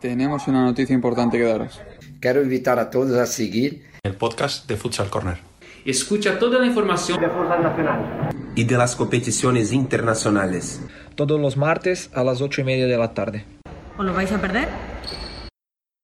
Tenemos una noticia importante que daros. Quiero invitar a todos a seguir el podcast de Futsal Corner. Escucha toda la información de Futsal Nacional y de las competiciones internacionales. Todos los martes a las ocho y media de la tarde. ¿Os lo vais a perder?